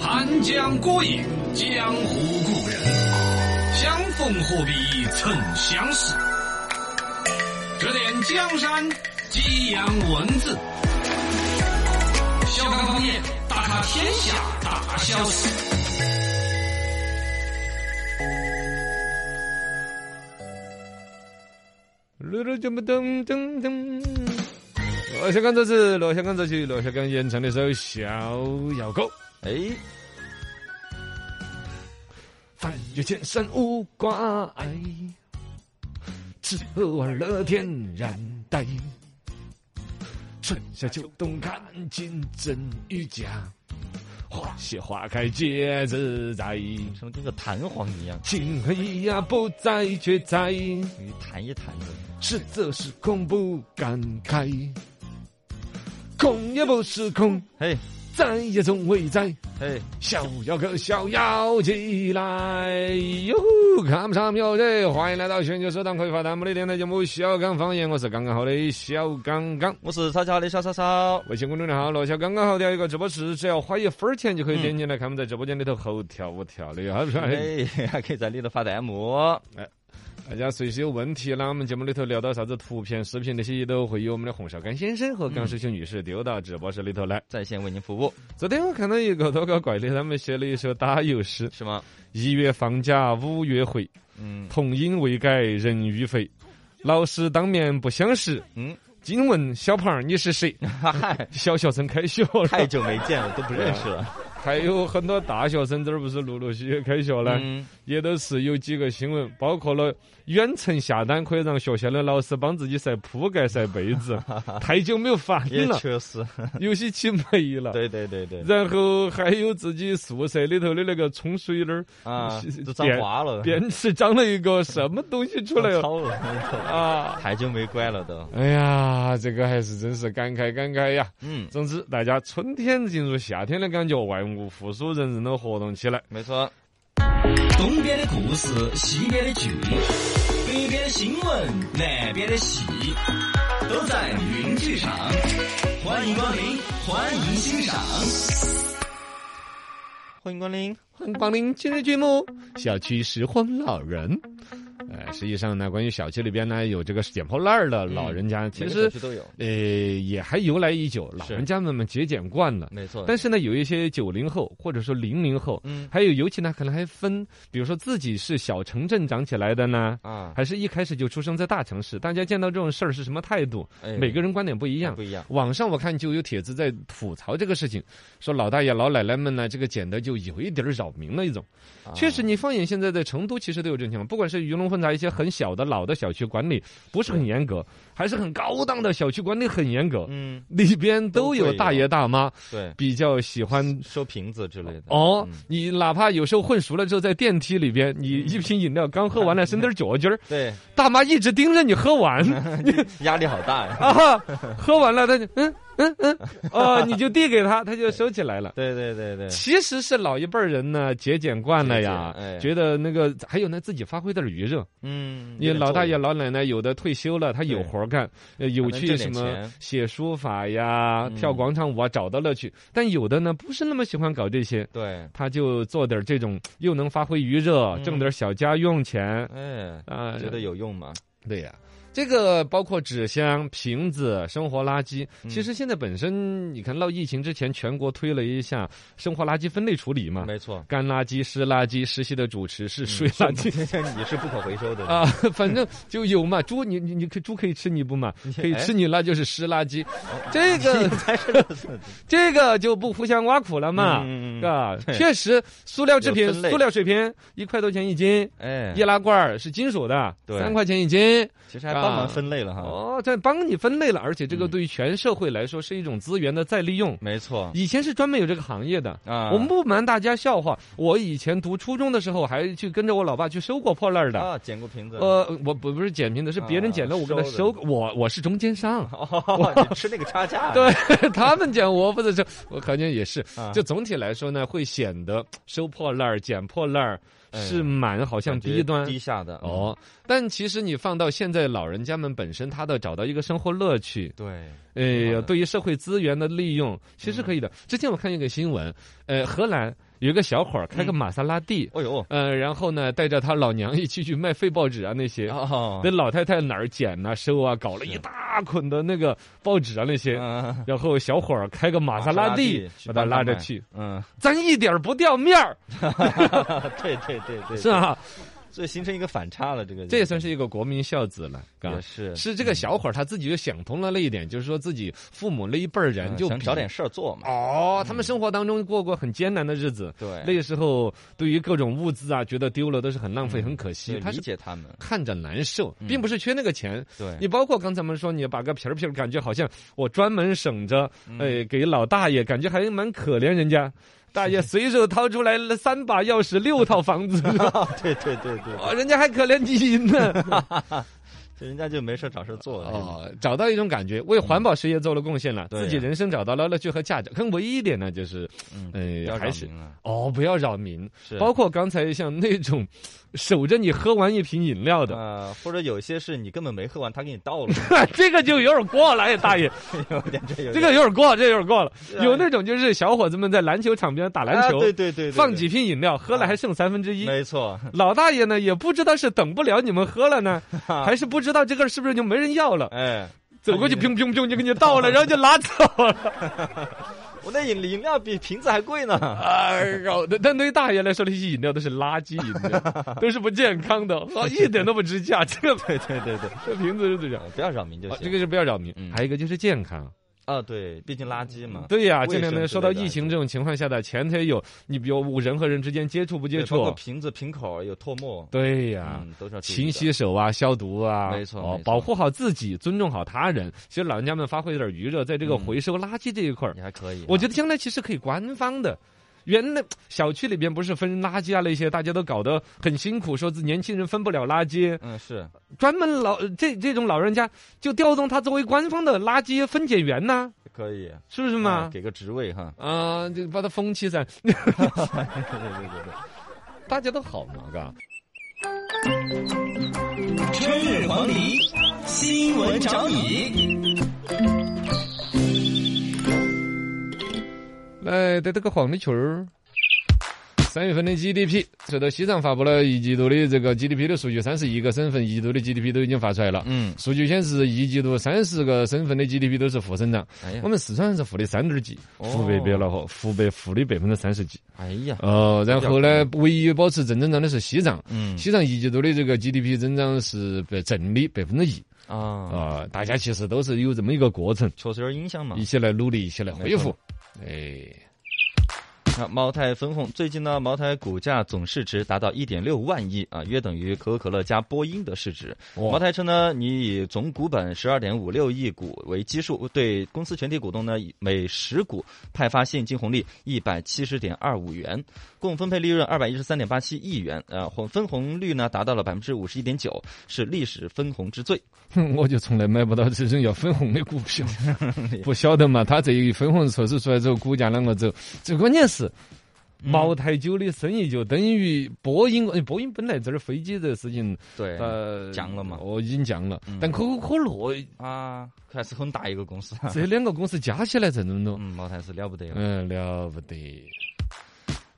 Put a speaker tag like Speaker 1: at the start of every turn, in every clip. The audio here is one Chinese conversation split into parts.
Speaker 1: 谈江孤影，江湖故人，相逢何必曾相识。指点江山，激扬文字，笑看方言，大咖天下大小事。
Speaker 2: 噜噜噔噔噔噔。罗小刚这是罗小刚这曲，罗小刚演唱的一首《逍遥狗》。
Speaker 3: 哎，
Speaker 2: 翻越千山无挂碍，吃喝玩乐天然呆。春夏秋冬看尽真与假，花谢花开皆自在。
Speaker 3: 什么跟个弹簧一样，
Speaker 2: 情和义呀不在却在，
Speaker 3: 你弹一弹的，
Speaker 2: 是色是空不感慨，空也不是空，
Speaker 3: 嘿，
Speaker 2: 在也从未在。
Speaker 3: 嘿，
Speaker 2: 逍遥哥，逍遥起来！哟呼，看不上有的，欢迎来到全球首档可以发弹幕的电台节目《小刚方言》，我是刚刚好的小刚刚。
Speaker 3: 我是超超的小超超，
Speaker 2: 微信公众号“罗小刚刚好”的有一个直播室，只要花一分钱就可以点进来，看我们在直播间里头吼跳舞跳的，还不是？
Speaker 3: 哎，还可以在里头发弹幕，
Speaker 2: 大家随时有问题啦，我们节目里头聊到啥子图片、视频那些，都会有我们的洪绍刚先生和刚师兄女士丢到直播室里头来。
Speaker 3: 在线为您服务，
Speaker 2: 昨天我看到一个多搞怪的，他们写了一首打油诗：
Speaker 3: 是吗？
Speaker 2: 一月放假五月回。
Speaker 3: 嗯
Speaker 2: 童音未改人欲肥，老师当面不相识。
Speaker 3: 嗯，
Speaker 2: 今问小胖儿你是 谁？
Speaker 3: 嗨，
Speaker 2: 小学生开学
Speaker 3: 太
Speaker 2: 了，
Speaker 3: 久没见了，都不认识了，
Speaker 2: 还有很多大学生这儿不是陆陆续续开学了，
Speaker 3: 嗯，
Speaker 2: 也都是有几个新闻，包括了远程下单可以让学校的老师帮自己晒铺盖、晒被 子，太久没有翻
Speaker 3: 也
Speaker 2: 了，
Speaker 3: 确实，
Speaker 2: 有些起霉了。
Speaker 3: 对对对 对，
Speaker 2: 然后还有自己宿舍里头的那个冲水那儿，
Speaker 3: 啊
Speaker 2: 是，
Speaker 3: 都长花了，
Speaker 2: 电池长了一个什么东西 出来
Speaker 3: 长
Speaker 2: 了
Speaker 3: 草了，
Speaker 2: 啊！
Speaker 3: 太久没拐了都，
Speaker 2: 哎呀，这个还是真是感慨感慨呀！
Speaker 3: 嗯，
Speaker 2: 总之，大家春天进入夏天的感觉，万物复苏，人人都活动起来。
Speaker 3: 没错，
Speaker 1: 东边的故事，西边的剧，北边的新闻，南边的戏，都在云剧场。欢迎光临，欢迎欣赏。
Speaker 3: 欢迎光临，
Speaker 2: 欢迎光临今日剧目，小区拾荒老人。呃，实际上呢，关于小区里边呢，有这个捡破烂儿的老人家，其
Speaker 3: 每个
Speaker 2: 实
Speaker 3: 小区都有，
Speaker 2: 呃也还由来已久，老
Speaker 3: 是
Speaker 2: 人家们们节俭惯了。
Speaker 3: 没错，
Speaker 2: 但是呢，有一些九零后或者说零零后，
Speaker 3: 嗯
Speaker 2: 还有尤其呢，可能还分，比如说自己是小城镇长起来的呢，
Speaker 3: 啊，
Speaker 2: 还是一开始就出生在大城市，大家见到这种事儿是什么态度？
Speaker 3: 哎
Speaker 2: 每个人观点不一样
Speaker 3: 不。一样，
Speaker 2: 网上我看就有帖子在吐槽这个事情，说老大爷老奶奶们呢，这个捡的就有一点儿扰民了一种。
Speaker 3: 啊
Speaker 2: 确实，你放眼现在在成都，其实都有这种情况，不管是鱼龙混杂一些很小的老的小区管理不是很严格，还是很高档的小区管理很严格，
Speaker 3: 嗯，
Speaker 2: 里边都有大爷大妈
Speaker 3: 对，
Speaker 2: 比较喜欢。
Speaker 3: 收瓶子之类的，
Speaker 2: 哦
Speaker 3: 嗯，
Speaker 2: 你哪怕有时候混熟了之后，在电梯里边，你一瓶饮料刚喝完了，
Speaker 3: 嗯
Speaker 2: 伸点儿啊脚尖儿，
Speaker 3: 对，
Speaker 2: 大妈一直盯着你喝完，
Speaker 3: 压力好 大呀。
Speaker 2: 啊，哈，喝完了他就嗯嗯嗯，哦，你就递给他，他就收起来了。
Speaker 3: 对对 对对，
Speaker 2: 其实是老一辈儿人呢节俭惯了呀
Speaker 3: 节俭哎，
Speaker 2: 觉得那个还有呢自己发挥点儿余热。
Speaker 3: 嗯，
Speaker 2: 你
Speaker 3: 有点
Speaker 2: 老大
Speaker 3: 作
Speaker 2: 爷
Speaker 3: 用
Speaker 2: 老奶奶有的退休了，他有
Speaker 3: 对
Speaker 2: 活儿干，呃有
Speaker 3: 还能
Speaker 2: 去
Speaker 3: 挣
Speaker 2: 什
Speaker 3: 点
Speaker 2: 么
Speaker 3: 钱
Speaker 2: 写书法呀、
Speaker 3: 嗯
Speaker 2: 跳广场舞啊，找到乐趣。但有的呢不是那么喜欢搞这些，
Speaker 3: 对，
Speaker 2: 他就做点儿这种又能发挥余热，
Speaker 3: 嗯
Speaker 2: 挣点儿小家用钱
Speaker 3: 哎，
Speaker 2: 啊，
Speaker 3: 觉得有用吗？
Speaker 2: 对呀、这个包括纸箱、瓶子、生活垃圾。
Speaker 3: 嗯
Speaker 2: 其实现在本身，你看到疫情之前，全国推了一下生活垃圾分类处理嘛，
Speaker 3: 啊 没错，
Speaker 2: 干垃圾、湿垃圾、湿系的主持是水
Speaker 3: 是
Speaker 2: 垃圾。
Speaker 3: 你是不可回收的。
Speaker 2: 啊， 反正就有嘛，猪你你你可以猪可以吃你不 嘛？
Speaker 3: 哎
Speaker 2: 可以吃你那就是湿垃圾，这个
Speaker 3: 才哦是垃圾
Speaker 2: 这个就不互相挖苦了嘛，
Speaker 3: 嗯嗯嗯
Speaker 2: 啊，
Speaker 3: 对
Speaker 2: 确实，塑料制品
Speaker 3: 有分、类
Speaker 2: 塑料水瓶一块多钱一斤，
Speaker 3: 哎，
Speaker 2: 易拉罐儿是金属的，
Speaker 3: 对
Speaker 2: 三块钱一斤，
Speaker 3: 其实还帮忙分类了哈。
Speaker 2: 哦，这帮你分类了，而且这个
Speaker 3: 啊嗯
Speaker 2: 对于全社会来说是一种资源的再利用。
Speaker 3: 没错
Speaker 2: 以前是专门有这个行业的。
Speaker 3: 啊，
Speaker 2: 我们不瞒大家笑话，我以前读初中的时候还去跟着我老爸去收过破烂儿的。
Speaker 3: 啊捡过瓶子。
Speaker 2: 呃，我不不是捡瓶子，是别人
Speaker 3: 啊
Speaker 2: 捡了我给他
Speaker 3: 收的。
Speaker 2: 收过，我我是中间商
Speaker 3: 哦，你吃那个差价。
Speaker 2: 对他们捡我负责收，我好像也是。
Speaker 3: 啊，
Speaker 2: 就总体来说呢，会显得收破烂儿、捡破烂儿
Speaker 3: 哎
Speaker 2: 是蛮好像
Speaker 3: 感觉
Speaker 2: 低端、
Speaker 3: 低下的。
Speaker 2: 哦。但其实你放到现在老人家们本身，他的找到一个生活乐趣，
Speaker 3: 对，
Speaker 2: 哎
Speaker 3: 挺
Speaker 2: 呀，
Speaker 3: 好的嗯
Speaker 2: 对于社会资源的利用，其实可以的。之前我看一个新闻，呃，荷兰有一个小伙儿开个玛莎拉蒂，
Speaker 3: 哦呦，
Speaker 2: 呃，然后呢，带着他老娘一起去卖废报纸啊那些。
Speaker 3: 哦
Speaker 2: 那，老太太哪儿捡呐、收啊，搞了一大捆的那个报纸啊那些，
Speaker 3: 嗯
Speaker 2: 然后小伙儿开个玛莎拉蒂把他拉着去，，
Speaker 3: 嗯，
Speaker 2: 咱一点儿不掉面儿，
Speaker 3: 对对对对，
Speaker 2: 是吧？
Speaker 3: 所以形成一个反差了，这个
Speaker 2: 这也算是一个国民孝子了，嘎
Speaker 3: 也是
Speaker 2: 是这个小伙儿他自己就想通了那一点，就是说自己父母那一辈儿人
Speaker 3: 嗯
Speaker 2: 就
Speaker 3: 想
Speaker 2: 比
Speaker 3: 找点事儿做嘛，
Speaker 2: 哦，他们生活当中过过很艰难的日子，
Speaker 3: 对
Speaker 2: 那个时候对于各种物资啊，觉得丢了都是很浪费、很可惜，
Speaker 3: 对
Speaker 2: 他
Speaker 3: 嗯理
Speaker 2: 是
Speaker 3: 解他们，
Speaker 2: 看着难受，并不是缺那个钱。
Speaker 3: 对
Speaker 2: 你包括刚才我们说，你把个皮儿皮儿，感觉好像我专门省着，
Speaker 3: 嗯
Speaker 2: 哎，给老大爷，感觉还蛮可怜人家。大爷随手掏出来了三把钥匙，六套房 子，
Speaker 3: 啊对对对对，
Speaker 2: 哦人家还可怜你呢。
Speaker 3: 就人家就没事儿找事儿做了，
Speaker 2: 哦，找到一种感觉，为环保事业做了贡献了，
Speaker 3: 对
Speaker 2: 自己
Speaker 3: 呀
Speaker 2: 人生找到了乐趣和价值。更唯一一点呢，就是，
Speaker 3: 嗯不
Speaker 2: 呃，
Speaker 3: 要
Speaker 2: 还
Speaker 3: 扰
Speaker 2: 是
Speaker 3: 民了，
Speaker 2: 哦，不要扰民。
Speaker 3: 是
Speaker 2: 包括刚才像那种守着你喝完一瓶饮料的，
Speaker 3: 呃，或者有些是你根本没喝完，他给你倒了，
Speaker 2: 这个就有点过了，哎， 大爷，
Speaker 3: 有点这有
Speaker 2: 这个有点过，这有点过了。
Speaker 3: 啊
Speaker 2: 有那种就是小伙子们在篮球场边打
Speaker 3: 点啊
Speaker 2: 篮球，
Speaker 3: 对对对对，对
Speaker 2: 放几，瓶饮料，喝了还剩三分之一。
Speaker 3: 没错，
Speaker 2: 老大爷呢，也不知道是等不了你们喝了 呢，还是不知道这个是不是就没人要了，
Speaker 3: 啊哎，
Speaker 2: 走过去砰砰砰就给你倒了，然后就拿 走了。
Speaker 3: 我那饮饮料比瓶子还贵呢，
Speaker 2: 啊，
Speaker 3: 哎
Speaker 2: 然后但但对于大爷来说，那些饮料都是垃圾饮料， 都是不健康的，啊一点都不值价。这个
Speaker 3: 对对对对，
Speaker 2: 这瓶子是这样。
Speaker 3: 呃不要扰民就
Speaker 2: 啊
Speaker 3: 行，
Speaker 2: 这个是不要扰民，
Speaker 3: 嗯
Speaker 2: 还有一个就是健康。
Speaker 3: 啊，对，毕竟垃圾嘛，
Speaker 2: 对呀、
Speaker 3: 卫
Speaker 2: 这两
Speaker 3: 生
Speaker 2: 天
Speaker 3: 之
Speaker 2: 说到
Speaker 3: 类的
Speaker 2: 疫情这种情况下的，前提有你比如人和人之间接触不接
Speaker 3: 对包括
Speaker 2: 触，
Speaker 3: 瓶子、瓶口有唾沫，
Speaker 2: 对呀、
Speaker 3: 嗯，都是要注意
Speaker 2: 勤
Speaker 3: 的
Speaker 2: 洗手啊，消毒啊，
Speaker 3: 没错
Speaker 2: 哦
Speaker 3: 没，错
Speaker 2: 保护好自己，尊重好他人。其实老人家们发挥有点余热，在这个
Speaker 3: 嗯
Speaker 2: 回收垃圾这一块儿，
Speaker 3: 你还可以啊，
Speaker 2: 我觉得将来其实可以官方的。原来小区里边不是分垃圾啊那些，大家都搞得很辛苦，说自年轻人分不了垃圾，
Speaker 3: 嗯是，
Speaker 2: 专门老这这种老人家就调动他作为官方的垃圾分拣员呐、
Speaker 3: 可以，
Speaker 2: 是不是
Speaker 3: 是
Speaker 2: 嘛？，
Speaker 3: 给个职位哈
Speaker 2: 啊，就把它封起噻，
Speaker 3: 对对对对，
Speaker 2: 大家都好啊嘛，嘎。
Speaker 1: 春日黄鹂，新闻找你。
Speaker 2: 来得这个黄的曲儿。三月份的 GDP，受到西藏发布了一季度的这个 GDP 的数据，三十一个省份一季度的 GDP 都已经发出来了。
Speaker 3: 嗯，
Speaker 2: 数据显示，一季度三十个省份的 GDP 都是负增长。
Speaker 3: 哎呀
Speaker 2: 我，们四川是负的三点几，
Speaker 3: 哦
Speaker 2: 湖北不要恼火，湖北负的百分之三十几。
Speaker 3: 哎呀，
Speaker 2: 呃，然后
Speaker 3: 比较
Speaker 2: 呢，唯一保持正增长的是西藏，
Speaker 3: 嗯
Speaker 2: 西藏一季度的这个 GDP 增长是百正的百分之一
Speaker 3: 啊，
Speaker 2: 啊。大家其实都是有这么一个过程，
Speaker 3: 确实有点影响嘛
Speaker 2: 一。起来努力，一起来恢
Speaker 3: 哦没
Speaker 2: 复
Speaker 3: 错。
Speaker 2: 哎。
Speaker 3: 那啊茅台分红，最近呢，茅台股价总市值达到一点六万亿啊，约等于可口可乐加波音的市值。
Speaker 2: 哇
Speaker 3: 茅台称呢，你以总股本十二点五六亿股为基数，对公司全体股东呢，以每十股派发现金红利一百七十点二五元，共分配利润二百一十三点八七亿元，呃，红分红率呢达到了百分之五十一点九，是历史分红之最。
Speaker 2: 哼我就从来买不到这种要分红的股 票，不晓得嘛？他这一分红措施出来之后，股价啷个走？最关键是。
Speaker 3: 嗯
Speaker 2: 茅台酒的生意就等于波音，哎波音本来这儿飞机这个事情，
Speaker 3: 对，
Speaker 2: 呃，
Speaker 3: 降了嗯嘛
Speaker 2: 哦，已经降了。但可口可乐
Speaker 3: 啊，还是很大一个公司。
Speaker 2: 这两个公司加起来挣那么多，
Speaker 3: 嗯，茅台是了不得了。
Speaker 2: 嗯，了不得。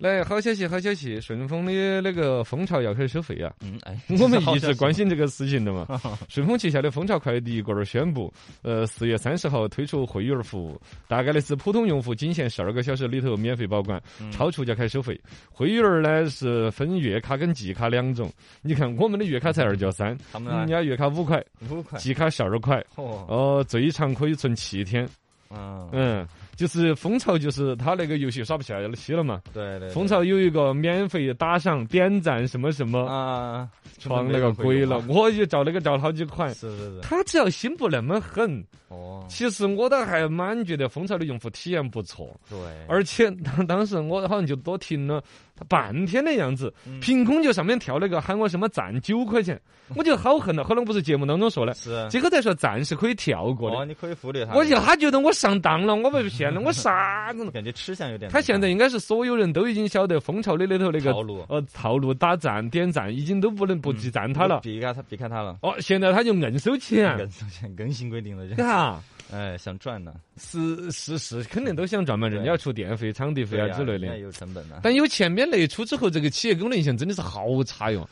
Speaker 2: 来，好消息，好消息，顺丰的那个蜂巢要开始收费 啊！
Speaker 3: 嗯，哎，
Speaker 2: 我们
Speaker 3: 好
Speaker 2: 一
Speaker 3: 消
Speaker 2: 直
Speaker 3: 息
Speaker 2: 关心这个事情的 嘛。顺丰旗下的蜂巢快递个儿宣布，呃，四月三十号推出会员服务，大概的是普通用户仅限十二个小时里头免费保管，
Speaker 3: 嗯
Speaker 2: 超出就要开始收费。会员儿呢是分月卡跟季卡两种，你看我们的月卡才二角三，
Speaker 3: 他们
Speaker 2: 人
Speaker 3: 啊
Speaker 2: 家月卡五块，
Speaker 3: 五块，
Speaker 2: 季卡十二块，
Speaker 3: 哦，
Speaker 2: 哦，最长可以存七天。
Speaker 3: 嗯，
Speaker 2: 嗯，就是蜂巢，就是他那个游戏耍不下去了嘛。
Speaker 3: 对对，对
Speaker 2: 蜂巢有一个免费打赏、点赞什么什么。
Speaker 3: 啊，真的
Speaker 2: 闯
Speaker 3: 没
Speaker 2: 那个
Speaker 3: 人会
Speaker 2: 鬼
Speaker 3: 用
Speaker 2: 了
Speaker 3: 啊，
Speaker 2: 我也找那个找了好几款。
Speaker 3: 是是是，
Speaker 2: 他只要心不那么狠，
Speaker 3: 哦，
Speaker 2: 其实我倒还蛮觉得蜂巢的用户体验不错。
Speaker 3: 对，
Speaker 2: 而且 当当时我好像就多停了半天的样子，
Speaker 3: 嗯
Speaker 2: 凭空就上面跳那个喊我什么赞九块钱，我就好恨了。后来我不是节目当中说了，
Speaker 3: 是
Speaker 2: 结果再说赞是可以跳过
Speaker 3: 哦，
Speaker 2: 的，
Speaker 3: 你可以忽略他，
Speaker 2: 我一下觉得我上当了，我被骗天 哪，我啥子呢？
Speaker 3: 感觉吃相有点。
Speaker 2: 他现在应该是所有人都已经晓得蜂巢的那头那个
Speaker 3: 套路
Speaker 2: 呃套路打赞点赞，已经都不能不去赞他了。
Speaker 3: 避开他，避开他了。
Speaker 2: 哦，现在他就硬啊收钱
Speaker 3: 更，新更新规定了，这
Speaker 2: 啊，
Speaker 3: 哎，想赚呢，
Speaker 2: 是是是，肯定都想赚嘛，人
Speaker 3: 对
Speaker 2: 家要出电费、场地费啊之类
Speaker 3: 那
Speaker 2: 的。
Speaker 3: 有成本呢。
Speaker 2: 但有前面那一出之后，这个企业给我的印象真的是好差 哟。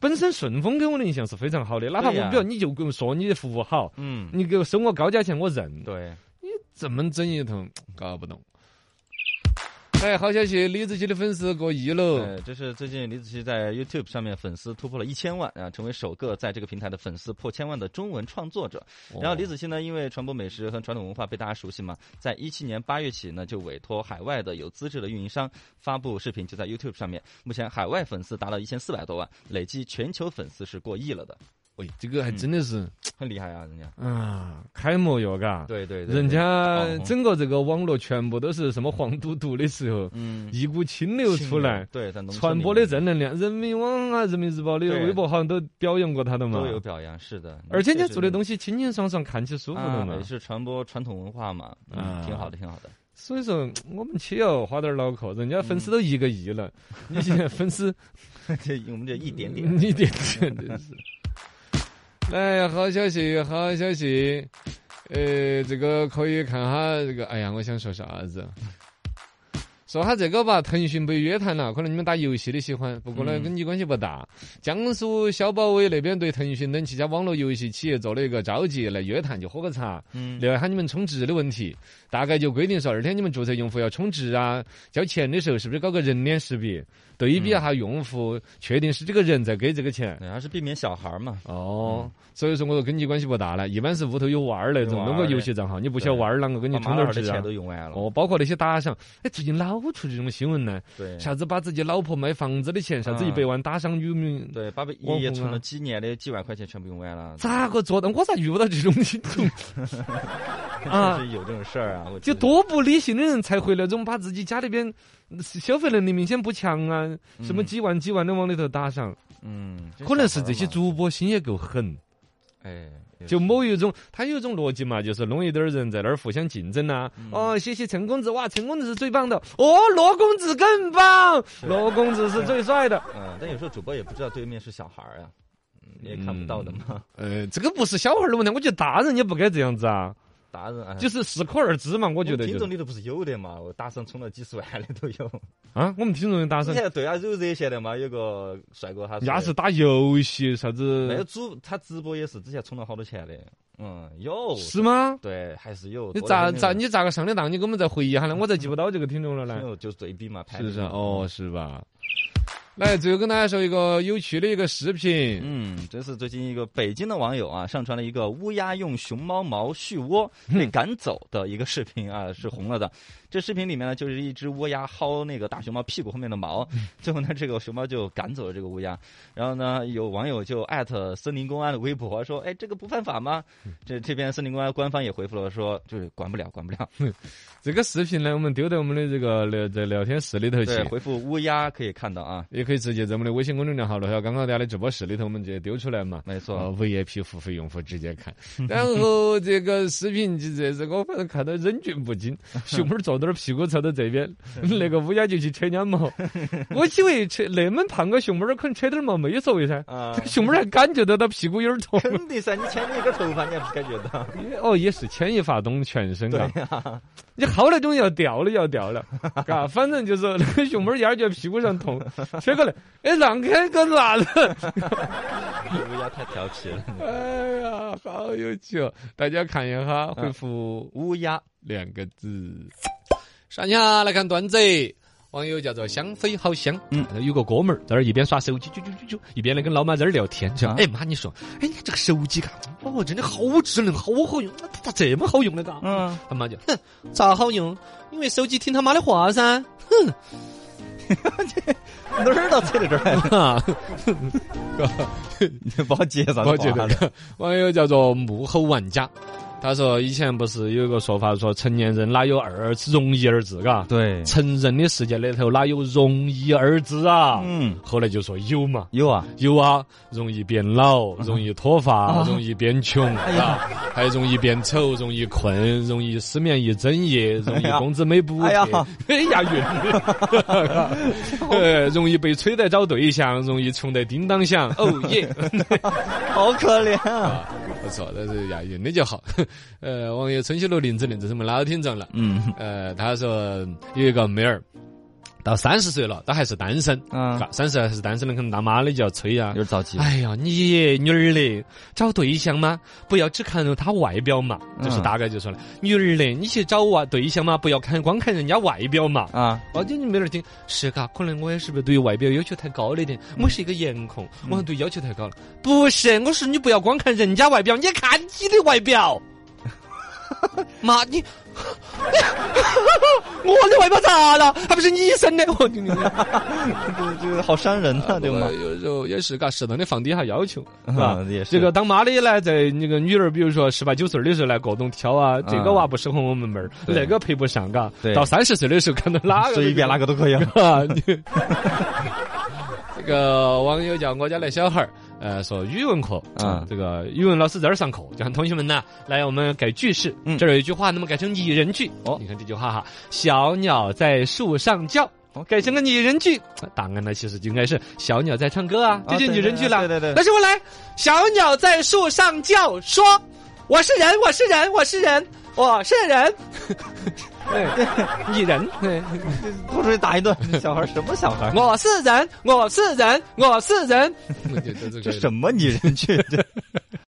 Speaker 2: 本身顺丰给我的印象是非常好的，哪怕我
Speaker 3: 对呀
Speaker 2: 比如你就给我说你的服务好，
Speaker 3: 嗯，
Speaker 2: 你给我收我高价钱我认，
Speaker 3: 对，
Speaker 2: 怎么整一通搞不懂。哎，好消息，李子柒的粉丝过亿喽！
Speaker 3: 呃，这是最近李子柒在 YouTube 上面粉丝突破了一千万啊，成为首个在这个平台的粉丝破千万的中文创作者。
Speaker 2: 哦
Speaker 3: 然后李子柒呢，因为传播美食和传统文化被大家熟悉嘛，在一七年八月起呢，就委托海外的有资质的运营商发布视频，就在 YouTube 上面。目前海外粉丝达到一千四百多万，累计全球粉丝是过亿了的，
Speaker 2: 喂，哎这个还真的是
Speaker 3: 很厉害啊，人家。
Speaker 2: 啊，楷模哟，嘎。
Speaker 3: 对对对，
Speaker 2: 人家
Speaker 3: 网红
Speaker 2: 整个这个网络全部都是什么黄赌毒的时候，
Speaker 3: 嗯
Speaker 2: 一股清流出来，
Speaker 3: 对，在农村
Speaker 2: 传播
Speaker 3: 里
Speaker 2: 的
Speaker 3: 面
Speaker 2: 正能量。人民网啊，人民日报的
Speaker 3: 对
Speaker 2: 微博好像都表扬过他的嘛
Speaker 3: 都。有表扬，是的。
Speaker 2: 而且人家做的
Speaker 3: 西
Speaker 2: 东西清清爽爽，看起舒服的嘛
Speaker 3: 也。是传播传统文化嘛，嗯
Speaker 2: 啊
Speaker 3: 挺好的，挺好的。
Speaker 2: 所以说，我们且要花点脑壳。人家粉
Speaker 3: 嗯
Speaker 2: 丝都一个亿 了，你现在粉丝
Speaker 3: 这我们这一点点，
Speaker 2: 一点点真是。来，好消息，好消息，呃，这个可以看哈，这个，哎呀，我想说啥子？说哈这个吧，腾讯被约谈了，可能你们打游戏的喜欢，不过呢
Speaker 3: 嗯
Speaker 2: 跟你关系不大。江苏小保委那边对腾讯等七家网络游戏企业做了一个召集，来约谈，就喝个茶，
Speaker 3: 嗯，
Speaker 2: 另外喊你们充值的问题，大概就规定说，二天你们注册用户要充值啊，交钱的时候是不是搞个人脸识别，对
Speaker 3: 嗯
Speaker 2: 比一下用户，确定是这个人在给这个钱。
Speaker 3: 对还是避免小孩嘛，
Speaker 2: 哦，所以说我说跟你关系不大了，一般是屋头有娃儿那
Speaker 3: 有
Speaker 2: 种，
Speaker 3: 娃儿
Speaker 2: 弄个游戏账号，你不晓得娃儿啷个给你
Speaker 3: 把
Speaker 2: 充
Speaker 3: 马
Speaker 2: 点
Speaker 3: 老师的
Speaker 2: 值
Speaker 3: 钱
Speaker 2: 啊
Speaker 3: 都？用完了，
Speaker 2: 哦，包括那些打赏，哎，最近老出这种新闻呢，
Speaker 3: 对
Speaker 2: 啥子把自己老婆卖房子的钱，啥子
Speaker 3: 嗯
Speaker 2: 一百万打赏女民，
Speaker 3: 对，爸爸
Speaker 2: 网
Speaker 3: 爷爷
Speaker 2: 红
Speaker 3: 存
Speaker 2: 啊
Speaker 3: 了几年的几万块钱全部用完了，
Speaker 2: 咋个做到？我咋遇不到这种这 种啊
Speaker 3: 真是有这种事儿啊，我觉
Speaker 2: 就
Speaker 3: 得
Speaker 2: 多不理性的人才会那种把自己家里边消费能力明显不强啊，什么几万几万的往里头打上，
Speaker 3: 嗯，
Speaker 2: 可能是这些
Speaker 3: 小孩嘛
Speaker 2: 主播心也够狠，
Speaker 3: 哎，有
Speaker 2: 就
Speaker 3: 时
Speaker 2: 某一种他有一种逻辑嘛，就是弄一堆儿人在那儿互相竞争呐、哦，谢谢陈公子，哇，陈公子是最棒的，哦，罗公子更 棒，罗公子是最帅的。
Speaker 3: 嗯，但有时候主播也不知道对面是小孩儿啊，嗯也看不到的嘛，
Speaker 2: 呃，这个不是小孩儿的问题，我觉得大人也不该这样子啊，
Speaker 3: 达人啊，
Speaker 2: 就是是适可而止嘛，我
Speaker 3: 我
Speaker 2: 觉
Speaker 3: 们
Speaker 2: 得
Speaker 3: 听
Speaker 2: 就
Speaker 3: 众
Speaker 2: 是
Speaker 3: 里头不是有的嘛，我打赏充了几十万的都有。
Speaker 2: 啊，我们听众的打
Speaker 3: 之
Speaker 2: 算
Speaker 3: 前对啊，有热线的嘛，有个帅哥他说
Speaker 2: 压是打游戏啥
Speaker 3: 没有
Speaker 2: 子，
Speaker 3: 主他直播也是之前充了好多钱的，嗯，有
Speaker 2: 是吗？
Speaker 3: 对还是有。
Speaker 2: 你
Speaker 3: 多
Speaker 2: 咋
Speaker 3: 的那
Speaker 2: 咋
Speaker 3: 种
Speaker 2: 你咋个上的当？你给我们再回忆一下呢？我再记不到这个听众了
Speaker 3: 没
Speaker 2: 呢，
Speaker 3: 有就是对比嘛，排
Speaker 2: 哦是不是啊？
Speaker 3: 名
Speaker 2: 哦，是吧？来，最后跟大家说一个有趣的一个视频，
Speaker 3: 嗯，这是最近一个北京的网友啊，上传了一个乌鸦用熊猫毛续 窝被赶走的一个视频啊，是红了的。这视频里面呢，就是一只乌鸦薅那个大熊猫屁股后面的毛，最后呢，这个熊猫就赶走了这个乌鸦。然后呢，有网友就艾特森林公安的微博说：“哎，这个不犯法吗？”这这边森林公安官方也回复了说：“就是管不了，管不了。
Speaker 2: 这个视频呢，我们丢到我们的这个聊在聊天室里”头去，
Speaker 3: 对，回复乌鸦可以看到啊，
Speaker 2: 也可以直接在我们的微信公众号“罗小刚刚大家的直播室里头，我们直接丢出来嘛。
Speaker 3: 没错。
Speaker 2: 呃，VIP 付费用户直接看，然后这个视频就这是我反正看到忍俊不禁，熊猫坐到那儿屁股朝到这 边，那个乌鸦就去扯人家毛，我以为扯那么胖个熊猫儿可能扯点儿毛没所谓噻，
Speaker 3: 啊、
Speaker 2: 熊猫还感觉到他屁股有点 痛。
Speaker 3: 肯定噻！你牵你一根头发，你还不感觉到？
Speaker 2: 哦，也是牵一发动全身
Speaker 3: 对
Speaker 2: 啊！
Speaker 3: 呀、
Speaker 2: 你薅那种要掉的要掉了，嘎，反正就是那个熊猫儿眼儿觉得屁股上痛，扯过来，哎，让开干啥子？
Speaker 3: 乌鸦太调皮了。
Speaker 2: 哎呀，好有趣哦！大家看一下，回复
Speaker 3: 乌鸦
Speaker 2: 两个字。上下来看段子，网友叫做香妃好香，嗯，有个哥们儿在那儿一边耍手机，啾啾啾啾，一边在跟老妈在那儿聊天，这样，哎妈，你说，哎，你看这个手机嘎，哦，真的好智能，好好用，它咋这么好用的嘎？
Speaker 3: 嗯，
Speaker 2: 他妈就，哼，咋好用？因为手机听他妈的话 噻，哼。
Speaker 3: 哪儿到扯到这儿来？
Speaker 2: 啊，
Speaker 3: 不好接啥
Speaker 2: 我觉得网友叫做幕后玩家，他说以前不是有一个说法说成年人哪有二容易二字，嘎？
Speaker 3: 对，
Speaker 2: 成人的世界里头哪有容易二字啊？
Speaker 3: 嗯，
Speaker 2: 后来就说有嘛，
Speaker 3: 有啊，
Speaker 2: 有啊，容易变老，
Speaker 3: 嗯
Speaker 2: 容易脱发，容易变穷，
Speaker 3: 哎
Speaker 2: 啊，还容易变丑，容易困，容易失眠一整夜，容易
Speaker 3: 呀
Speaker 2: 工资没补
Speaker 3: 哎
Speaker 2: 贴
Speaker 3: 呀，
Speaker 2: 嘿押 韵，呃，容易被催得找对象，容易穷得叮当响，哦耶！
Speaker 3: 好可怜啊。
Speaker 2: 不错，但是押韵的就好。呃，网友春熙路林子林子是我们老听众了。
Speaker 3: 嗯
Speaker 2: 呃，他说有一个妹儿，到三十岁了，她还是单身。
Speaker 3: 啊，
Speaker 2: 三十还是单身的，可能当妈的就要催啊
Speaker 3: 有。点着急。
Speaker 2: 哎呀，你也女儿嘞，找对象嘛，不要只看他外表嘛，就是
Speaker 3: 嗯
Speaker 2: 大概就说了，女儿嘞，你去找外对象嘛，不要看光看人家外表嘛。
Speaker 3: 啊，
Speaker 2: 哦，就你没得听，是嘎，可能我也是不是对于外表要求太高了一点，我是一个颜控，我好像对要求太高了。不是，我是你不要光看人家外表，你也看你的外 表。妈，你 我的外表咋了？还不是你生的？我你你
Speaker 3: 这这个好伤人呐，对吗？
Speaker 2: 有时候也是嘎，适当的放低一下要求，是吧？
Speaker 3: 嗯，也是
Speaker 2: 这个当妈的呢，在那个女儿，比如说十八九岁的时候来各种挑啊，这个
Speaker 3: 嗯
Speaker 2: 娃不适合我们妹儿，
Speaker 3: 对
Speaker 2: 那个配不上，嘎。
Speaker 3: 对
Speaker 2: 到三十岁的时候，看到哪个
Speaker 3: 随便哪
Speaker 2: 个
Speaker 3: 个都可以啊。
Speaker 2: 啊。你 这个网友叫我家那小孩儿，呃，说语文课
Speaker 3: 嗯
Speaker 2: 这个语文老师在这儿上课，就喊同学们呐，来我们改句式，
Speaker 3: 嗯
Speaker 2: 这儿有一句话，那么改成拟人句。
Speaker 3: 哦
Speaker 2: 你看这句话哈，小鸟在树上叫
Speaker 3: 哦。
Speaker 2: 改成个拟人句，答案呢其实就应该是小鸟在唱歌啊，这就拟人句了。
Speaker 3: 哦对 对对
Speaker 2: 但是我来，小鸟在树上叫，说：“我是人，我是人，我是人，我是人。”对，拟人， 对，
Speaker 3: 不出去打一顿，小孩儿什么小孩儿？
Speaker 2: 我是人，我是人，我是人。
Speaker 3: 这什么拟人句？这